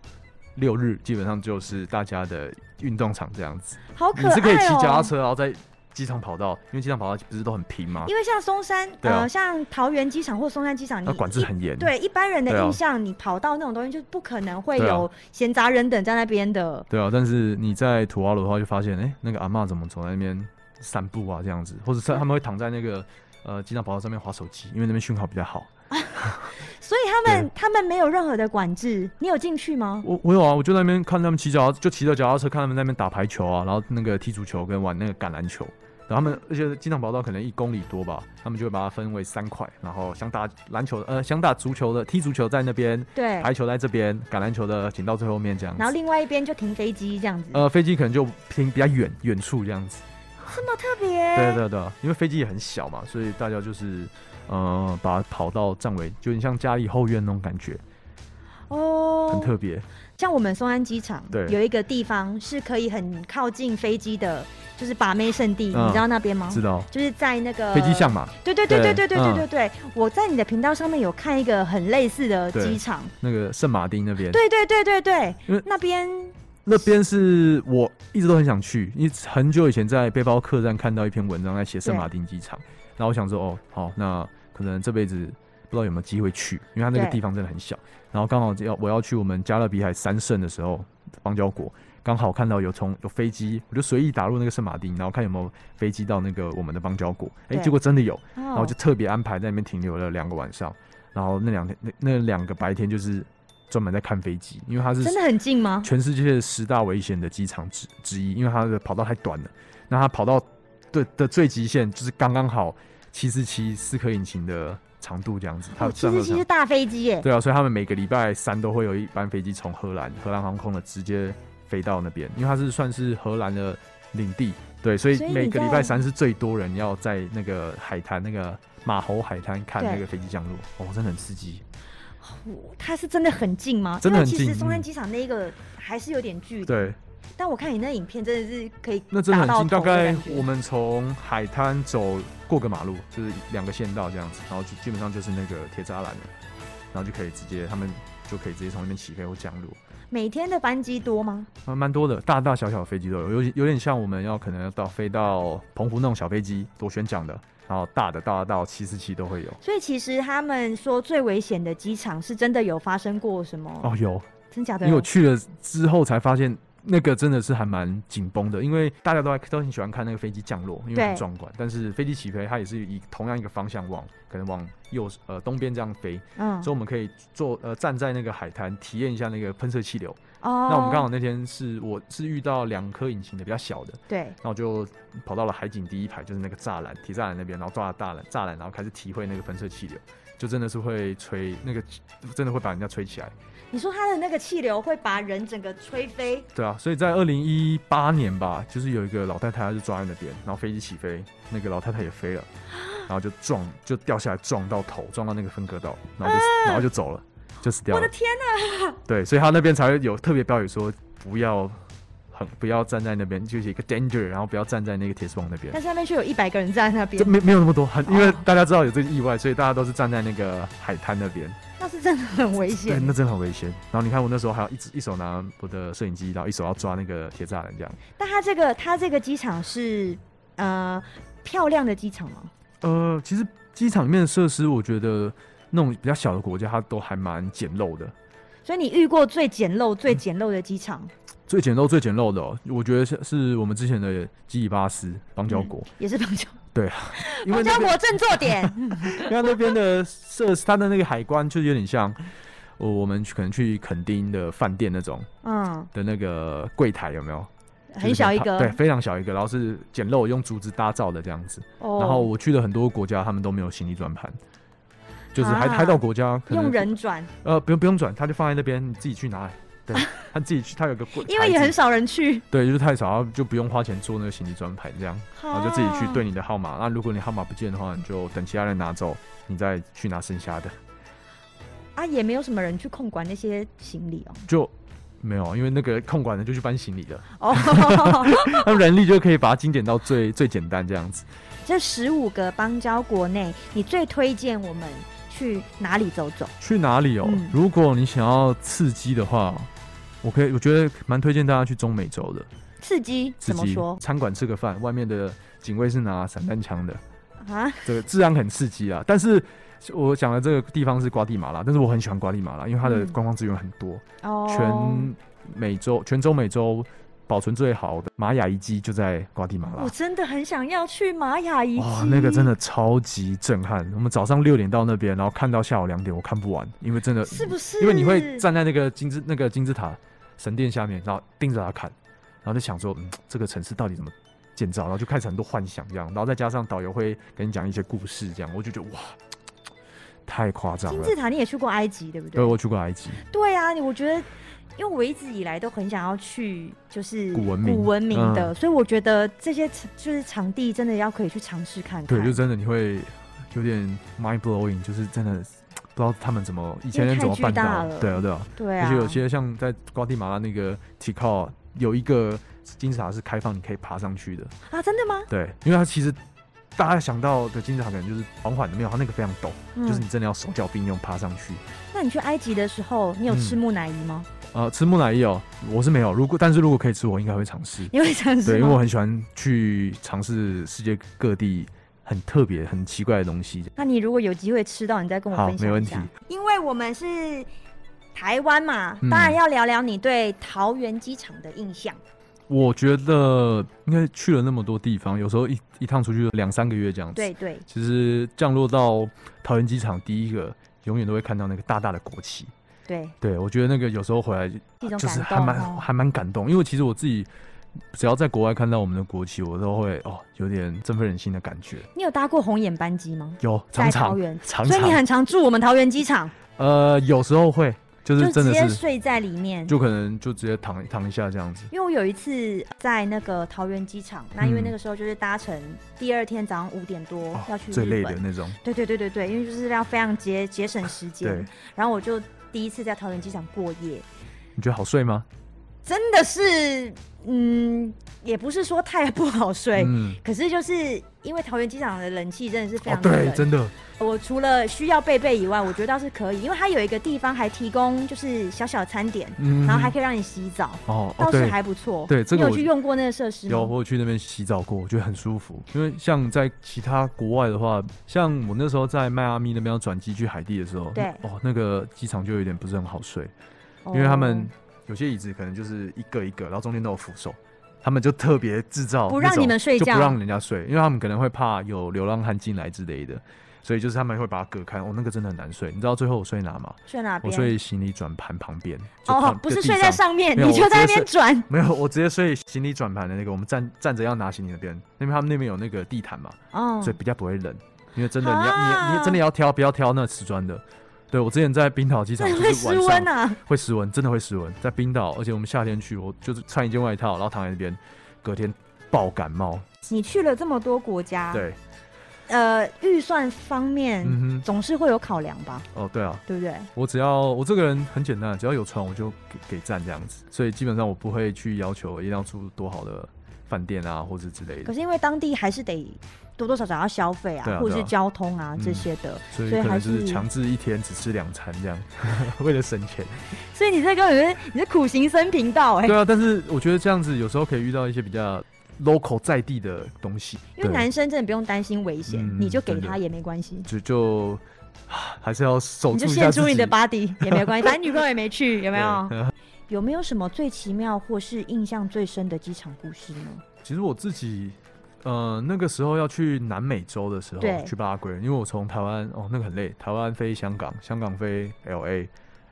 S3: 六日基本上就是大家的运动场这样子。
S2: 好可
S3: 你
S2: 爱哦。
S3: 是可以骑脚踏车，然后在机场跑道，因为机场跑道不是都很平嘛，
S2: 因为像松山，
S3: 对啊
S2: 呃，像桃园机场或松山机场，你
S3: 它管制
S2: 一
S3: 很严。
S2: 对一般人
S3: 对
S2: 的
S3: 啊
S2: 印象，你跑到那种东西就不可能会
S3: 对啊
S2: 有闲杂人等在那边的。
S3: 对啊，但是你在土瓦鲁的话，就发现哎、诶那个阿嬷怎么走在那边散步啊，这样子，或者是他们会躺在那个呃机场跑道上面划手机，因为那边讯号比较好。
S2: 所以他们他们没有任何的管制。你有进去吗？
S3: 我我有啊，我就在那边看他们骑脚踏，就骑着脚踏车看他们在那边打排球啊，然后那个踢足球跟玩那个橄榄球。然后他们，而且机场跑道可能一公里多吧，他们就会把它分为三块，然后想打篮球，呃，想打足球的踢足球在那边，
S2: 对。
S3: 排球在这边，橄榄球的请到最后面这样
S2: 然后
S3: 子。
S2: 另外一边就停飞机这样子，
S3: 呃，飞机可能就停比较远远处这样子。
S2: 这么特别。
S3: 对对对，因为飞机也很小嘛，所以大家就是，呃，把跑道占为，就有点像家里后院那种感觉，很
S2: 哦，
S3: 特别。
S2: 像我们松安机场
S3: 对
S2: 有一个地方是可以很靠近飞机的，就是把妹圣地，
S3: 嗯
S2: 你知道那边吗？
S3: 知道
S2: 就是在那个
S3: 飞机巷嘛，
S2: 对对对对
S3: 对嗯
S2: 对对对对对，我在你的频道上面有看一个很类似的机场，
S3: 那个圣马丁那边，
S2: 对对对对对
S3: 因为，
S2: 那边哦
S3: 那边是我一直都很想去，因为很久以前在背包客栈看到一篇文章在写圣马丁机场，然后我想说，哦，好，那可能这辈子不知道有没有机会去，因为它那个
S2: 对
S3: 地方真的很小。然后刚好要我要去我们加勒比海三圣的时候，邦交国刚好看到有从有飞机，我就随意打入那个圣马丁，然后看有没有飞机到那个我们的邦交国，哎、
S2: 对
S3: 结果真的有，然
S2: 然
S3: 后就特别安排在那边停留了两个晚上，然后那两天那那两个白天就是专门在看飞机，因为它是
S2: 真的很近吗？
S3: 全世界十大危险的机场之之一，因为它的跑道太短了。那它跑道对的最极限就是刚刚好七四七四颗引擎的长度这样子，它
S2: 哦，
S3: 的
S2: 其
S3: 战
S2: 实
S3: 斗
S2: 其
S3: 长
S2: 实大飞机耶，
S3: 对啊，所以他们每个礼拜三都会有一班飞机从荷兰荷兰航空的直接飞到那边，因为它是算是荷兰的领地，对，所以
S2: 所以你
S3: 每个礼
S2: 在
S3: 拜三是最多人要在那个海滩那个马猴海滩看
S2: 对
S3: 那个飞机降落，哦，真的很刺激。
S2: 它是真的很近吗？
S3: 真的很
S2: 因为其实
S3: 近
S2: 松山
S3: 嗯
S2: 机场那一个还是有点距离，
S3: 对，
S2: 但我看你那影片真的是可以
S3: 那真的很近，
S2: 打
S3: 大
S2: 到头的
S3: 概
S2: 感觉
S3: 我们从海滩走过个马路，就是两个县道这样子，然后就基本上就是那个铁栅栏了，然后就可以直接他们就可以直接从那边起飞或降落，
S2: 每天的班机多吗？
S3: 蛮蛮多的，大大小小的飞机都有，有有点像我们要可能要到飞到澎湖那种小飞机螺旋桨的，然后大的大到七四七都会有。
S2: 所以其实他们说最危险的机场是真的有发生过什么？
S3: 哦，有，
S2: 真假的
S3: 因为？我去了之后才发现。那个真的是还蛮紧绷的，因为大家都还都很喜欢看那个飞机降落，因为很
S2: 对
S3: 壮观。但是飞机起飞，它也是以同样一个方向往，可能往右呃东边这样飞，
S2: 嗯
S3: 所以我们可以坐呃站在那个海滩，体验一下那个喷射气流。
S2: 哦
S3: 那我们刚好那天是我是遇到两颗引擎的比较小的，
S2: 对
S3: 那我就跑到了海景第一排，就是那个栅栏铁栅栏那边，然后抓了大栏栅栏，然后开始体会那个喷射气流，就真的是会吹那个，真的会把人家吹起来。
S2: 你说它的那个气流会把人整个吹飞，
S3: 对啊，所以在二零一八年吧，就是有一个老太太，她就抓在那边，然后飞机起飞，那个老太太 也飞了，然后就撞，就掉下来撞到头，撞到那个分隔岛，然后就、然后就走了，就死掉
S2: 啊我的
S3: 了。
S2: 天哪、
S3: 对，所以她那边才会有特别标语说不要很不要站在那边，就是一个 danger，然后不要站在那个铁丝网那边
S2: 但。是那边却有一百个人在那边
S3: 这，没没有那么多，很因为
S2: 哦
S3: 大家知道有这个意外，所以大家都是站在那个海滩那边。
S2: 那是真的很危
S3: 对，
S2: 险。
S3: 那真的很危险。然后你看我那时候还要一直一手拿我的摄影机，然后一手要抓那个铁栅栏这样。
S2: 但它这个它这个机场是呃漂亮的机场吗？
S3: 呃，其实机场里面的设施，我觉得那种比较小的国家，它都还蛮简陋的。
S2: 所以你遇过最简陋、最简陋的机场，
S3: 最简陋、最简陋的、哦，我觉得是是我们之前的基里巴斯邦交国，
S2: 也是 邦交
S3: 因为
S2: 嗯邦
S3: 那
S2: 交
S3: 边
S2: 国振作点。
S3: 因为那边的设施，它的那个海关就有点像我我们去可能去垦丁的饭店那种
S2: 嗯，
S3: 的那个柜台有没有？就是
S2: 很小一
S3: 怕
S2: 个，
S3: 对，非常小一个，然后是简陋用竹子搭造的这样子。
S2: 哦，
S3: 然后我去了很多国家，他们都没有行李转盘，就是还
S2: 啊
S3: 还到国家可能
S2: 用人转，
S3: 呃不用不用转，他就放在那边，你自己去拿。对 他自己去，他有个柜，
S2: 啊因为也
S3: 台
S2: 很
S3: 子
S2: 少人去，
S3: 对，就是太少，然后就不用花钱做那个行李转盘这样，然后就自己去
S2: 啊
S3: 对你的号码。那如果你号码不见的话，你就等其他人拿走，你再去拿剩下的。
S2: 啊，也没有什么人去控管那些行李哦。
S3: 就没有，因为那个控管的就去搬行李了，
S2: 哦，
S3: 那人力就可以把它精简到最最简单这样子。
S2: 这十五个邦交国内，你最推荐我们去哪里走走？
S3: 去哪里哦？
S2: 嗯
S3: 如果你想要刺激的话，我可以，我觉得蛮推荐大家去中美洲的，
S2: 刺激
S3: 刺
S2: 怎么
S3: 激
S2: 说
S3: 餐馆吃个饭，外面的警卫是拿散弹枪的，
S2: 啊？
S3: 这个治安很刺激啊。但是我讲的这个地方是瓜地马拉，但是我很喜欢瓜地马拉，因为它的
S2: 嗯
S3: 观光资源很多，
S2: 哦，
S3: 全美洲、全中美洲保存最好的玛雅遗迹就在瓜地马拉
S2: 我。真的很想要去玛雅哦遗迹、
S3: 哇、那个真的超级震撼！我们早上六点到那边，然后看到下午两点，我看不完，因为真的
S2: 是不是？
S3: 因为你会站在那个金字那个金字塔神殿下面，然后盯着它看，然后就想说，嗯，这个城市到底怎么建造？然后就开始很多幻想这样，然后再加上导游会跟你讲一些故事这样，我就觉得哇，太夸张
S2: 金
S3: 了
S2: 字。塔，你也去过埃及对不
S3: 对，
S2: 对？
S3: 我去过埃及，
S2: 对啊，你我觉得。因为我一直以来都很想要去，就是
S3: 古文明嗯
S2: 古文明的，所以我觉得这些场就是场地真的要可以去尝试看看。
S3: 对，就真的你会有点 mind blowing，就是真的不知道他们怎么以前人怎么办
S2: 因为太巨
S3: 到
S2: 大了。
S3: 对啊，对啊，
S2: 对
S3: 而
S2: 啊，
S3: 且有些像在瓜地马拉那个 Tikal 有一个金字塔是开放，你可以爬上去的。
S2: 啊，真的吗？
S3: 对，因为它其实大家想到的金字塔可能就是缓缓的，没有它那个非常陡，
S2: 嗯，
S3: 就是你真的要手脚并用爬上去。
S2: 那你去埃及的时候，你有
S3: 嗯
S2: 吃木乃伊吗？
S3: 呃，吃木乃伊哦，我是没有，如果但是如果可以吃，我应该会尝试。
S2: 你会想吃
S3: 对，因为我
S2: 吗？
S3: 很喜欢去尝试世界各地很特别、很奇怪的东西。
S2: 那你如果有机会吃到，你再跟我
S3: 好
S2: 分享一下。
S3: 没问题
S2: 因为我们是台湾嘛，
S3: 嗯
S2: 当然要聊聊你对桃园机场的印象。
S3: 我觉得应该去了那么多地方，有时候一一趟出去两三个月这样子。
S2: 对，对，
S3: 其实降落到桃园机场，第一个永远都会看到那个大大的国旗。
S2: 对，
S3: 对，我觉得那个有时候回来
S2: 一种
S3: 啊就是
S2: 感
S3: 还
S2: 动
S3: 蛮、
S2: 哦。
S3: 还蛮感动，因为其实我自己只要在国外看到我们的国旗，我都会哦有点振奋人心的感觉。
S2: 你有搭过红眼班机吗？
S3: 有常
S2: 在桃
S3: 常
S2: 园，
S3: 常
S2: 所以你
S3: 常
S2: 很常住我们桃园机场，
S3: 呃有时候会 就是
S2: 就
S3: 真
S2: 直
S3: 的
S2: 接
S3: 是
S2: 睡在里面。
S3: 就可能就直接躺躺一下这样子。
S2: 因为我有一次在那个桃园机场，那因为那个时候就是搭乘第二天早上五点多
S3: 哦
S2: 要去
S3: 最
S2: 日
S3: 累的
S2: 本，
S3: 那种，
S2: 对对对对对，因为就是要非常节节省时
S3: 对
S2: 间。，然后我就第一次在桃园机场过夜，
S3: 你觉得好睡吗？
S2: 真的是，嗯，也不是说太不好睡。
S3: 嗯，
S2: 可是就是因为桃园机场的冷气真的是非
S3: 哦
S2: 常冷、
S3: 对，真的，
S2: 我除了需要贝贝以外，我觉得倒是可以，因为它有一个地方还提供就是小小餐点，
S3: 嗯，
S2: 然后还可以让你洗澡，
S3: 哦哦
S2: 倒是
S3: 对
S2: 还不错。
S3: 对这
S2: 你
S3: 个我
S2: 有去用过那个设施吗？
S3: 有，我有去那边洗澡过，我觉得很舒服。因为像在其他国外的话，像我那时候在迈阿密那边要转机去海地的时候，
S2: 对
S3: 哦，那个机场就有点不是很好睡，
S2: 哦
S3: 因为他们有些椅子可能就是一个一个，然后中间都有扶手，他们就特别制造
S2: 不让
S3: 那种
S2: 你们睡觉
S3: 就不让人家睡，因为他们可能会怕有流浪汉进来之类的，所以就是他们会把它隔开。哦，那个真的很难睡。你知道最后我睡哪吗？
S2: 睡哪
S3: 我
S2: 边？
S3: 睡行李转盘旁边，就
S2: 哦
S3: 旁，
S2: 不是
S3: 就地
S2: 睡在上面，
S3: 没有
S2: 你就
S3: 我
S2: 在那
S3: 直接
S2: 边转。
S3: 没有，我直接睡行李转盘的那个，我们站站着要拿行李那边，那边他们那边有那个地毯嘛，
S2: 哦
S3: 所以比较不会冷。因为真的，你要你
S2: 啊
S3: 你真的要挑，不要挑那瓷砖的。对我之前在冰岛机场
S2: 真
S3: 就
S2: 的会
S3: 是
S2: 失
S3: 晚上
S2: 温啊！
S3: 会失温，真的会失温，在冰岛，而且我们夏天去，我就是穿一件外套，然后躺在那边，隔天爆感冒。
S2: 你去了这么多国家，
S3: 对，
S2: 呃，预算方面、
S3: 嗯
S2: 总是会有考量吧，
S3: 哼，哦对啊，
S2: 对不对？
S3: 我只要我这个人很简单，只要有床我就给给赞这样子，所以基本上我不会去要求一定要住多好的饭店啊，或者之类
S2: 可
S3: 的，
S2: 是因为当地还是得多多少少要消费啊，
S3: 对啊
S2: 或者是
S3: 对啊
S2: 交通啊、
S3: 嗯
S2: 这些的，
S3: 所以
S2: 所以
S3: 可
S2: 还
S3: 能就是
S2: 是
S3: 强制一天只吃两餐这 样，为了省钱。
S2: 所以你这根本就是你是苦行僧频道哎、
S3: 对啊，但是我觉得这样子有时候可以遇到一些比较 local 在地的东西，
S2: 因为
S3: 对
S2: 男生真的不用担心危险，
S3: 嗯
S2: 你就给
S3: 真的
S2: 他也没关系，
S3: 就就啊还是要守
S2: 你
S3: 住
S2: 就
S3: 一下
S2: 献
S3: 自
S2: 出
S3: 己
S2: 你的 body 也没 关系，反正女朋友也没去，有
S3: 有
S2: 没有？ 有没有什么最奇妙或是印象最深的机场故事呢？
S3: 其实我自己，呃，那个时候要去南美洲的时候
S2: 对，
S3: 去巴拉圭，因为我从台湾哦，那个很累，台湾飞香港，香港飞 L A，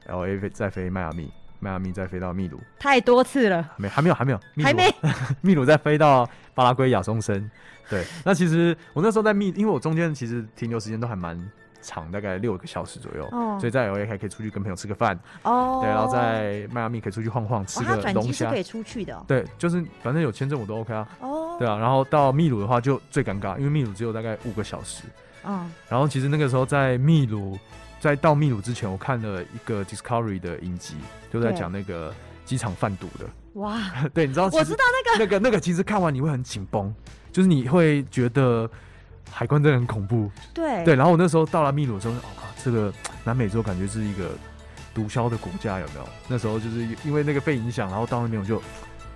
S3: L A 飞再飞迈阿密，迈阿密再飞到秘鲁，
S2: 太多次了，
S3: 没还没有还没有，秘鲁
S2: 还没
S3: 秘鲁再飞到巴拉圭亚松森。对，那其实我那时候在秘，因为我中间其实停留时间都还蛮长，大概六个小时左右，
S2: 哦
S3: 所以在 L A 还可以出去跟朋友吃个饭，
S2: 哦。
S3: 对，然后在迈阿密可以出去晃晃，吃
S2: 哇，它
S3: 个
S2: 转
S3: 龙
S2: 机是
S3: 虾
S2: 可。以出去的哦
S3: 对，就是反正有签证我都 OK 啊，
S2: 哦。
S3: 对啊，然后到秘鲁的话就最尴尬，因为秘鲁只有大概五个小时，
S2: 嗯，
S3: 然后其实那个时候在秘鲁，在到秘鲁之前，我看了一个 Discovery 的影集，就在
S2: 对
S3: 讲那个机场贩毒的。
S2: 哇，
S3: 对，你知道？
S2: 我知道那
S3: 那个那个那个，其实看完你会很紧绷，就是你会觉得海关真的很恐怖。
S2: 个对
S3: 对，然后我那时候到了秘鲁的时候，哦，啊这个南美洲感觉是一个毒枭的国家，有没有？那时候就是因为那个被影响，然后到那边我就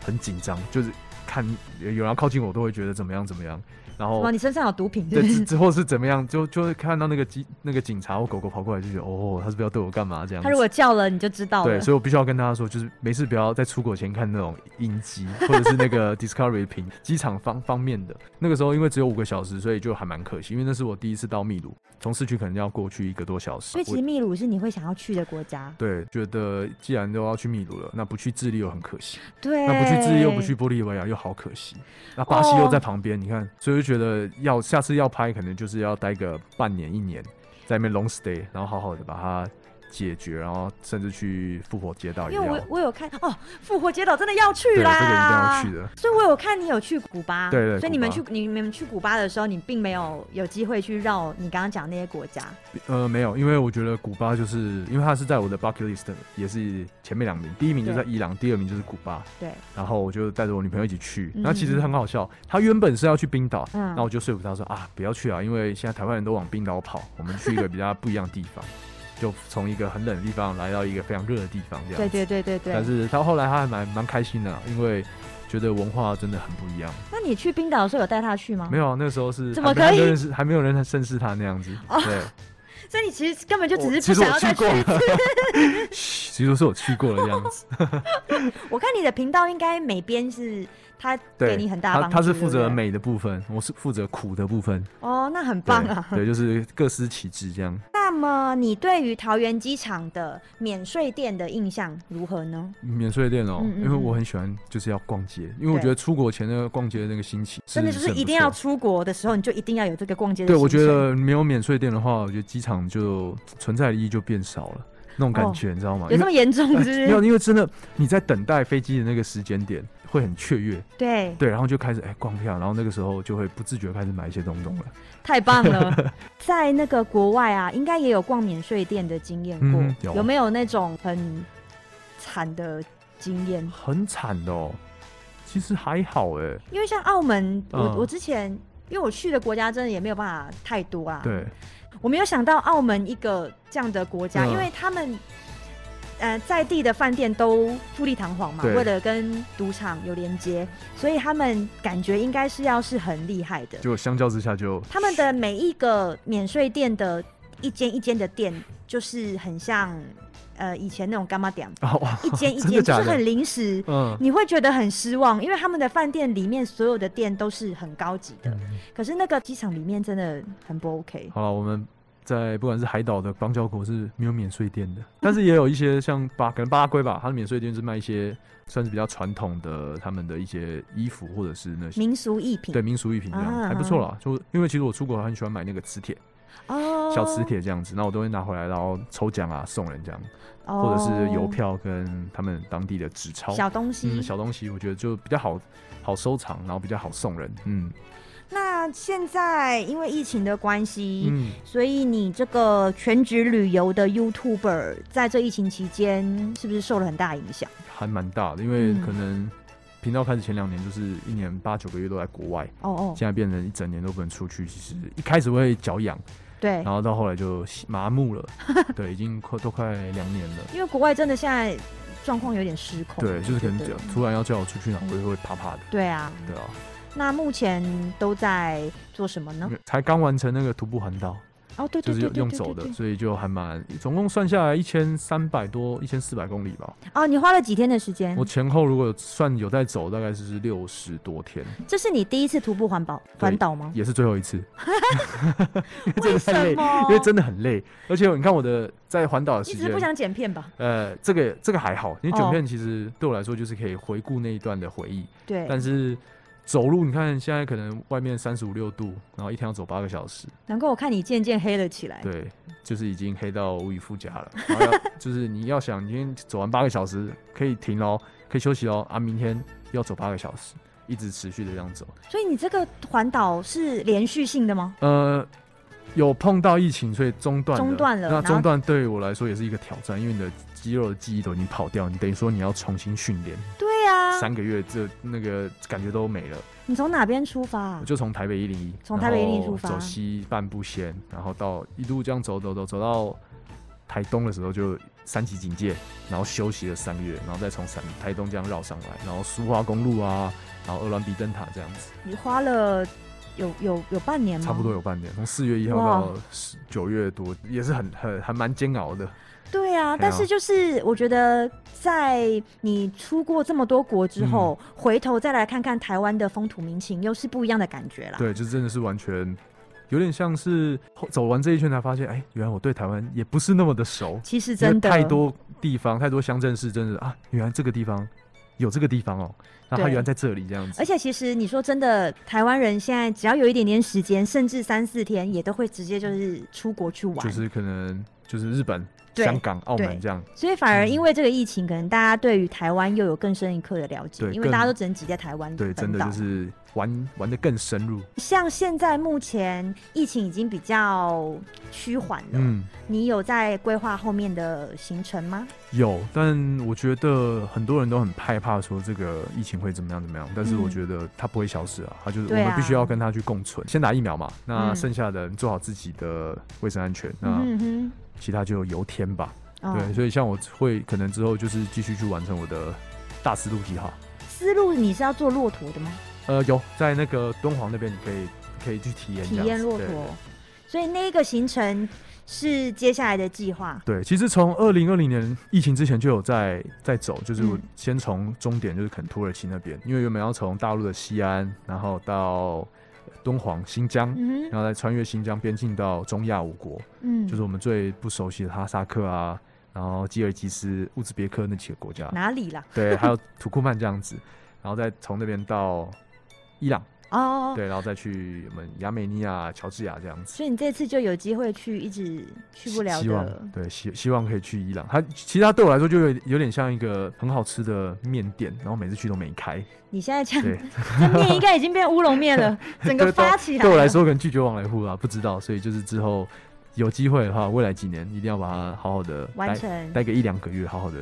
S3: 很紧张，就是看有有人要靠近我，都会觉得怎么样怎么样。然后
S2: 哇，你身上有毒品 是
S3: 哦对，
S2: 不
S3: 之
S2: 是？
S3: 之后是怎么样，就就会看到那个警那个警察或狗狗跑过来，就觉得哦，他是不是要对我干嘛这样
S2: 他如果
S3: 子。
S2: 叫了，你就知道了
S3: 对，。所以我必须要跟大家说，就是没事不要在出国前看那种音机，或者是那个 Discovery 频机场方方面的。那个时候因为只有五个小时，所以就还蛮可惜，因为那是我第一次到秘鲁，从市区可能要过去一个多小时。
S2: 所以其
S3: 我
S2: 实秘鲁是你会想要去的国家，
S3: 对，觉得既然都要去秘鲁了，那不去智利又很可惜，
S2: 对。
S3: 那不去智利又不去，玻利维亚又好可惜，那巴西
S2: 哦
S3: 又在旁边，你看，所以就觉得要下次要拍，可能就是要待个半年一年，在那边 long stay，然后好好的把它解决，然后甚至去复活街道也
S2: 因
S3: 要，
S2: 为
S3: 对，
S2: 我我有看哦，复活节岛真的要去
S3: 这个
S2: 啦，
S3: 一定要去的。
S2: 所以我有看你有去古巴，
S3: 对对
S2: 所以你们
S3: 古
S2: 去你们去古巴的时候，你并没有有机会去绕你刚刚讲的那些国家，
S3: 呃，没有，因为我觉得古巴就是因为它是在我的 bucket list，也是前面两名，第一名就是在伊朗，第二名就是古巴，
S2: 对，
S3: 然后我就带着我女朋友一起去，
S2: 嗯
S3: 那其实很好笑，她原本是要去冰岛，
S2: 嗯
S3: 那我就说服她说啊，不要去啊，因为现在台湾人都往冰岛跑，我们去一个比较不一样的地方，就从一个很冷的地方来到一个非常热的地方这样
S2: 对
S3: 子。
S2: 对对对对。
S3: 但是她后来她还蛮蛮开心的啊、因为觉得文化真的很不一样。
S2: 那你去冰岛的时候有带他去吗？
S3: 没有啊，那个时候是
S2: 怎么
S3: 还没还
S2: 可以哦
S3: 没有认识，还没有人认识她那样子。对，
S2: 所以你其实根本就只
S3: 我
S2: 是
S3: 其
S2: 不
S3: 实
S2: 想
S3: 我
S2: 要再
S3: 去
S2: 去
S3: 过。了， 嘘其实是我去过了这样子。
S2: 我看你的频道应该每边是他
S3: 对，
S2: 给你很大的
S3: 他
S2: 帮助，
S3: 他是负责
S2: 对不对
S3: 美的部分，我是负责苦的部分。
S2: 哦，那很
S3: 对
S2: 棒啊。
S3: 对，就是各司其职这样。
S2: 那么你对于桃园机场的免税店的印象如何呢？
S3: 免税店哦，
S2: 嗯嗯
S3: 因为我很喜欢就是要逛街，因为我
S2: 对
S3: 觉得出国前那个逛街的那个心情，
S2: 真的就是
S3: 很不
S2: 一定要
S3: 错。
S2: 出国的时候，你就一定要有这个逛街的
S3: 对，
S2: 行程。
S3: 我觉得没有免税店的话，我觉得机场就存在的意义就变少了，那种感觉你知道吗？
S2: 哦有
S3: 因
S2: 这么
S3: 为
S2: 严重，是
S3: 没
S2: 不
S3: 有，
S2: 是？
S3: 因为真的你在等待飞机的那个时间点会很雀跃，
S2: 对，
S3: 对，然后就开始哎、逛票，然后那个时候就会不自觉开始买一些东东了。
S2: 太棒 了！在那个国外啊，应该也有逛免税店的经验过，
S3: 嗯有
S2: 没有那种很惨的经验？
S3: 很惨的哦。其实还好哎、
S2: 因为像澳门，我、
S3: 嗯
S2: 我之前因为我去的国家真的也没有办法太多啊，
S3: 对，
S2: 我没有想到澳门一个这样的国家，
S3: 嗯
S2: 因为他们。呃，在地的饭店都富丽堂皇嘛，
S3: 对
S2: 为了跟赌场有连接，所以他们感觉应该是要是很厉害的。
S3: 就相较之下就
S2: 他们的每一个免税店的一间一间的店，就是很像呃以前那种干妈 店，
S3: 啊哇，
S2: 一间一
S3: 真的
S2: 间就
S3: 假
S2: 是
S3: 的
S2: 很临时，
S3: 嗯，
S2: 你会觉得很失望，因为他们的饭店里面所有的店都是很高级
S3: 嗯
S2: 的，可是那个机场里面真的很不 OK。
S3: 好了，我们在不管是海岛的邦交国是没有免税店 的，但是也有一些像巴可能巴拉圭吧，它的免税店是卖一些算是比较传统的他们的一些衣服或者是那些。
S2: 民俗艺品
S3: 对民俗艺品这样、
S2: 啊
S3: 还不错啦，就因为其实我出国很喜欢买那个磁铁、
S2: 哦
S3: 小磁铁这样子，那我都会拿回来，然后抽奖啊送人这样，
S2: 哦
S3: 或者是邮票跟他们当地的纸钞，
S2: 小东西。
S3: 嗯，小东西我觉得就比较好好收藏，然后比较好送人。嗯
S2: 那现在因为疫情的关系，
S3: 嗯，
S2: 所以你这个全职旅游的 YouTuber 在这疫情期间是不是受了很大影响？
S3: 还蛮大的，因为
S2: 嗯
S3: 可能频道开始前两年就是一年八九个月都在国外，
S2: 哦哦，
S3: 现在变成一整年都不能出去。其实一开始会脚痒，
S2: 对
S3: 然，后到后来就麻 木了，对，已经快都快两年了。
S2: 因为国外真的现在状况有点失控，
S3: 对，就是可能
S2: 我觉得
S3: 突然要叫我出去，然后我就会怕怕的，
S2: 对啊。
S3: 对啊。
S2: 那目前都在做什么呢？
S3: 才刚完成那个徒步环岛，
S2: 哦，对
S3: 嗯就
S2: 嗯对
S3: 是
S2: 对
S3: 用
S2: 对
S3: 用
S2: 对
S3: 走
S2: 对
S3: 的，
S2: 对。
S3: 所以就还蛮，总共算下来一千三百多、一千四百公里吧。
S2: 哦，你花了几天的时间
S3: 我？前后如果算有在走，大概是六十多天，
S2: 这是你第一次徒步环保
S3: 对
S2: 环岛吗？
S3: 也是最后一 次。因 为真
S2: 为
S3: 的
S2: 什
S3: 太累，
S2: 么？
S3: 因为真的很累。而且你看我的在环岛的
S2: 你只
S3: 时
S2: 是
S3: 间
S2: 不，想剪片吧？
S3: 呃，这个这个还好，因为
S2: 哦
S3: 九片其实对我来说就是可以回顾那一段的回忆。
S2: 对，
S3: 但是走路，你看现在可能外面三十五六度，然后一天要走八个小时，
S2: 难怪我看你渐渐黑了起来。
S3: 对，就是已经黑到无以复加了。然后要 就是你要想，你今天走完八个小时可以停喽，可以休息喽啊，明天又要走八个小时，一直持续的这样走。
S2: 所以你这个环岛是连续性的吗？
S3: 呃，有碰到疫情，所以中断
S2: 中断了
S3: 那
S2: 然后
S3: 中断对我来说也是一个挑战，因为你的肌肉的记忆都已经跑掉，你等于说你要重新训练，
S2: 对啊，
S3: 三个月这那个感觉都没了。
S2: 你从哪边出发、啊
S3: 我？就从台北一零一，
S2: 从台北101出发
S3: 走西半步线，然后到一路这样走走走走到台东的时候就三级警戒，然后休息了三个月，然后再从山台东这样绕上来，然后苏花公路啊，然后鹅銮鼻灯塔这样子，
S2: 你花了有有有半年吗？
S3: 差不多。有半年，从四月一号
S2: 哇
S3: 到十九月多，也是很很还蛮煎熬的。
S2: 对啊，但是就是我觉得，在你出过这么多国之后，
S3: 嗯
S2: 回头再来看看台湾的风土民情，又是不一样的感觉啦。
S3: 对，就真的是完全有点像是后走完这一圈才发现，哎，原来我对台湾也不是那么的熟。
S2: 其实
S3: 因为
S2: 真的
S3: 太多地方，太多乡镇市，真的啊，原来这个地方有这个地方哦，那它
S2: 对
S3: 原来在这里这样子
S2: 而。且其实你说真的，台湾人现在只要有一点点时间，甚至三四天，也都会直接就是出国去玩。
S3: 就是可能就是日本、
S2: 对
S3: 香港、澳
S2: 对
S3: 门这样，
S2: 所以反
S3: 嗯
S2: 而因为这个疫情，可能大家对于台湾又有更深一刻的了解，
S3: 对
S2: 因为
S3: 更
S2: 大家都只能挤在台湾
S3: 对，真
S2: 本
S3: 的
S2: 岛。
S3: 就是玩玩的更深入。
S2: 像现在目前疫情已经比较趋缓了，
S3: 嗯，
S2: 你有在规划后面的行程吗？
S3: 有，但我觉得很多人都很害怕说这个疫情会怎么样怎么样，但是我
S2: 嗯
S3: 觉得它不会消失啊，它就是我
S2: 对
S3: 们必须要
S2: 啊
S3: 跟它去共存，先打疫苗嘛，那
S2: 嗯
S3: 剩下的人做好自己的卫生安全，那
S2: 嗯哼
S3: 其他就由天吧。
S2: 哼，
S3: 啊对，
S2: 哦，
S3: 所以像我会可能之后就是继续去完成我的大思路计划。
S2: 思路你是要做骆驼的吗？
S3: 呃，有在那个敦煌那边，你可以可以去体验这
S2: 体
S3: 样
S2: 验
S3: 子
S2: 骆
S3: 对
S2: 驼，所以那个行程是接下来的计划。
S3: 对，其实从二零二零年疫情之前就有在在走，就是我
S2: 嗯
S3: 先从终点就是肯土耳其那边，因为原本要从大陆的西安，然后到敦煌、新疆，
S2: 嗯哼，
S3: 然后再穿越新疆边境到中亚五国，
S2: 嗯，
S3: 就是我们最不熟悉的哈萨克啊，然后吉尔吉斯、乌兹别克那几个国家，
S2: 哪里啦？
S3: 对，还有土库曼这样子，然后再从那边到伊朗，
S2: 哦，
S3: 对，然后再去我们亚美尼亚、乔治亚这样子。
S2: 所以你这次就有机会去一直去不了
S3: 希
S2: 的
S3: 望对希希望可以去伊朗。它其实它对我来说就有有点像一个很好吃的面店，然后每次去都没开。
S2: 你现在这
S3: 对
S2: 样， 这面应该已经变乌龙面了，整个
S3: 对
S2: 发起来了。
S3: 对我来说，可能拒绝往来户啊，不知道。所以就是之后有机会的话，未来几年一定要把它好好的
S2: 完成。
S3: 待个一两个月，好好的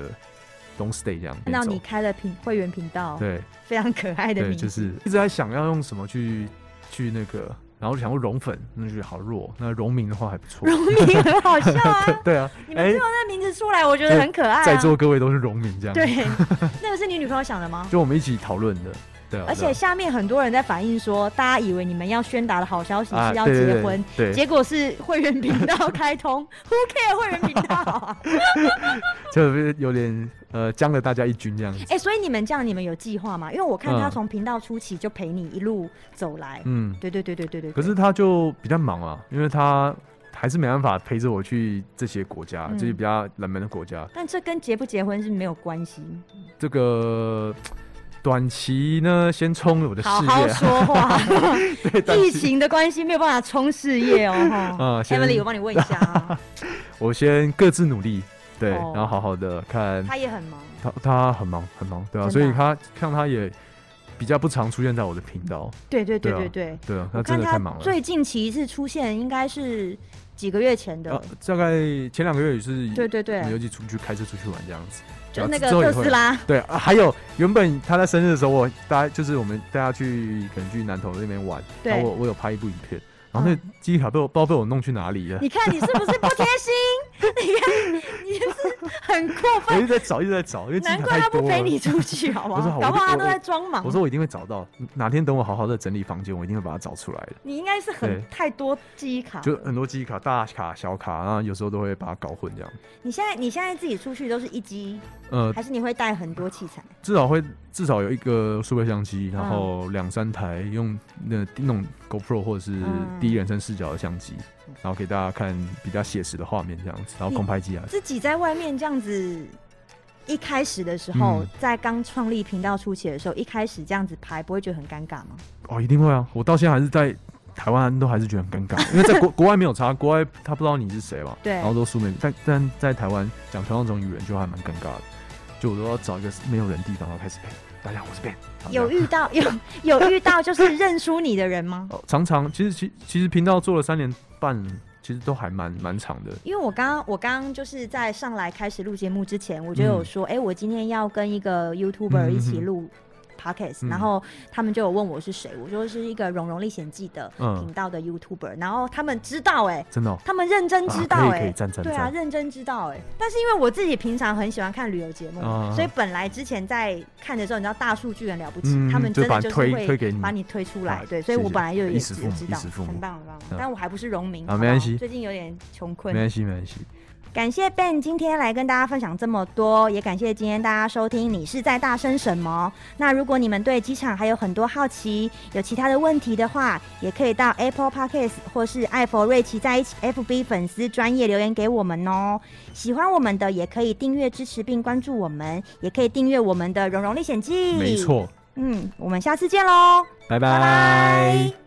S3: long stay 这样。
S2: 看到
S3: 边走
S2: 你开了频会员频道，
S3: 对
S2: 非常可爱的
S3: 对，
S2: 名
S3: 就
S2: 字。
S3: 是一直在想要用什么去去那个，然后就想说融粉，那就觉得好弱。那融名的话还不错。！
S2: 荣民很好笑啊
S3: 对啊，
S2: 你
S3: 哎
S2: 们最后那名字出来，我觉得
S3: 对
S2: 很可爱、啊。
S3: 在座各位都是融名这样。，
S2: 对，那个是你女朋友想的吗？
S3: 就我们一起讨论的。对啊，
S2: 而
S3: 对
S2: 且
S3: 啊
S2: 下面很多人在反映说，大家以为你们要宣达的好消息
S3: 啊，
S2: 是要
S3: 对对
S2: 结
S3: 对
S2: 婚，
S3: 对，
S2: 结果是会员频道开通，Who care 会员频道 啊？
S3: 就是有点呃将了大家一军这样子。
S2: 哎、所以你们这样，你们有计划吗？因为我看他
S3: 嗯
S2: 从频道初期就陪你一路走来，
S3: 嗯，
S2: 对对对对对对。
S3: 可是他就比较忙啊，因为他还是没办法陪着我去这些国家，
S2: 嗯
S3: 这些比较冷门的国家。
S2: 但这跟结不结婚是没有关系。
S3: 这个短期呢，先冲我的事
S2: 好好
S3: 业，啊
S2: 说话，
S3: 对，短
S2: 疫
S3: 期
S2: 情的关系没有办法冲事业哦。
S3: 啊
S2: 哈
S3: 先
S2: Emily，我帮你问一下 啊，
S3: 我先各自努力，对，
S2: 哦
S3: 然后好好的看
S2: 他也很忙，
S3: 他，他很忙很忙，对啊，所
S2: 真的
S3: 以他看他也比较不常出现在我的频道，
S2: 对对对
S3: 对啊
S2: 对对。
S3: 对啊，
S2: 我
S3: 他
S2: 看
S3: 真的
S2: 他
S3: 太忙了。
S2: 最近期一次出现应该是几个月前的
S3: 啊，，大概前两个月也是，
S2: 对对对
S3: 我们尤其出去开车出去玩这样子，
S2: 就
S3: 然后
S2: 那
S3: 之
S2: 个
S3: 之后也
S2: 特
S3: 会
S2: 斯拉，
S3: 对啊，还有原本他在生日的时候，我大家就是我们带他去可能去南投那边玩，
S2: 对嗯
S3: 然后我我有拍一部影片，然后那记忆卡被我不知道被我弄去哪里 了。
S2: 你看你是不是不贴心？你看你是不是很过
S3: 我一
S2: 分，
S3: 直在找，一直在找，因为机
S2: 难
S3: 场
S2: 怪
S3: 太
S2: 他
S3: 多
S2: 不陪你啊
S3: 了。
S2: 出去，好不
S3: 不是
S2: 好？
S3: 好
S2: 搞不好
S3: 我
S2: 他
S3: 就
S2: 都
S3: 我
S2: 在装忙
S3: 我。说我一定会找到，哪天等我好好的整理房间，我一定会把它找出来的。
S2: 你应该是很
S3: 对
S2: 太多记忆卡
S3: 就
S2: 了。
S3: 很多记忆卡、大卡、小卡，然后有时候都会把它搞混这样。
S2: 你现在你现在自己出去都是一机，
S3: 呃，
S2: 还是你会带很多器材？
S3: 至少会至少有一个数位相机，
S2: 嗯
S3: 然后两三台用那那种 GoPro 或者是
S2: 嗯
S3: 第一人称视角的相机，然后给大家看比较写实的画面这样子，然
S2: 嗯
S3: 后空拍机啊，
S2: 自己在外面这样子，一开始的时候，
S3: 嗯
S2: 在刚创立频道初期的时候，一开始这样子拍，不会觉得很尴尬吗？
S3: 哦，一定会啊！我到现在还是在台湾都还是觉得很尴尬，因为在国国外没有差， 国外他不知道你是谁嘛，
S2: 对
S3: 然后都素昧，但但在台湾讲同样种语言就还蛮尴尬的，就我都要找一个没有人地方，然后开始哎，大家好，我是 Ben，然后这样
S2: 有遇到 有有遇到就是认输你的人吗？
S3: 哦，常常其实其其实频道做了三年半，其实都还蛮蛮长的，
S2: 因为我刚刚我刚刚就是在上来开始录节目之前，我就有说，哎、我今天要跟一个 YouTuber
S3: 嗯
S2: 一起录 Podcast，、
S3: 嗯
S2: 然后他们就有问我是谁，我说是一个《蓉蓉历险记》的
S3: 嗯
S2: 频道的 YouTuber，、然后他们知道、哎，
S3: 真的哦、
S2: 他们认真知道、
S3: 啊可以可
S2: 哎、
S3: 以赞赞
S2: 对啊，
S3: 赞
S2: 认真知道、哎，但是因为我自己平常很喜欢看旅游节目，
S3: 啊
S2: 所以本来之前在看的时候，你知道大数据很了不起，
S3: 嗯
S2: 他们真的就
S3: 就是把你推
S2: 会
S3: 推给你
S2: 把你推出来，
S3: 啊
S2: 对，所以我
S3: 谢谢
S2: 本来就有也
S3: 衣食
S2: 知
S3: 父母
S2: 知道
S3: 衣食，父母
S2: 很棒很棒，
S3: 嗯
S2: 但我还不是农民，
S3: 啊
S2: 好不
S3: 没关
S2: 好
S3: 系
S2: 最近有点穷困
S3: 没，关系没关系，
S2: 感谢 Ben 今天来跟大家分享这么多，也感谢今天大家收听《你是在大声什么》。那如果你们对机场还有很多好奇，有其他的问题的话，也可以到 Apple Podcast 或是艾佛瑞奇在一起 FB 粉丝专业留言给我们哦。喜欢我们的也可以订阅支持并关注我们，也可以订阅我们的《蓉蓉历险记》。
S3: 没，错，
S2: 嗯，我们下次见喽，
S3: 拜
S2: 拜拜。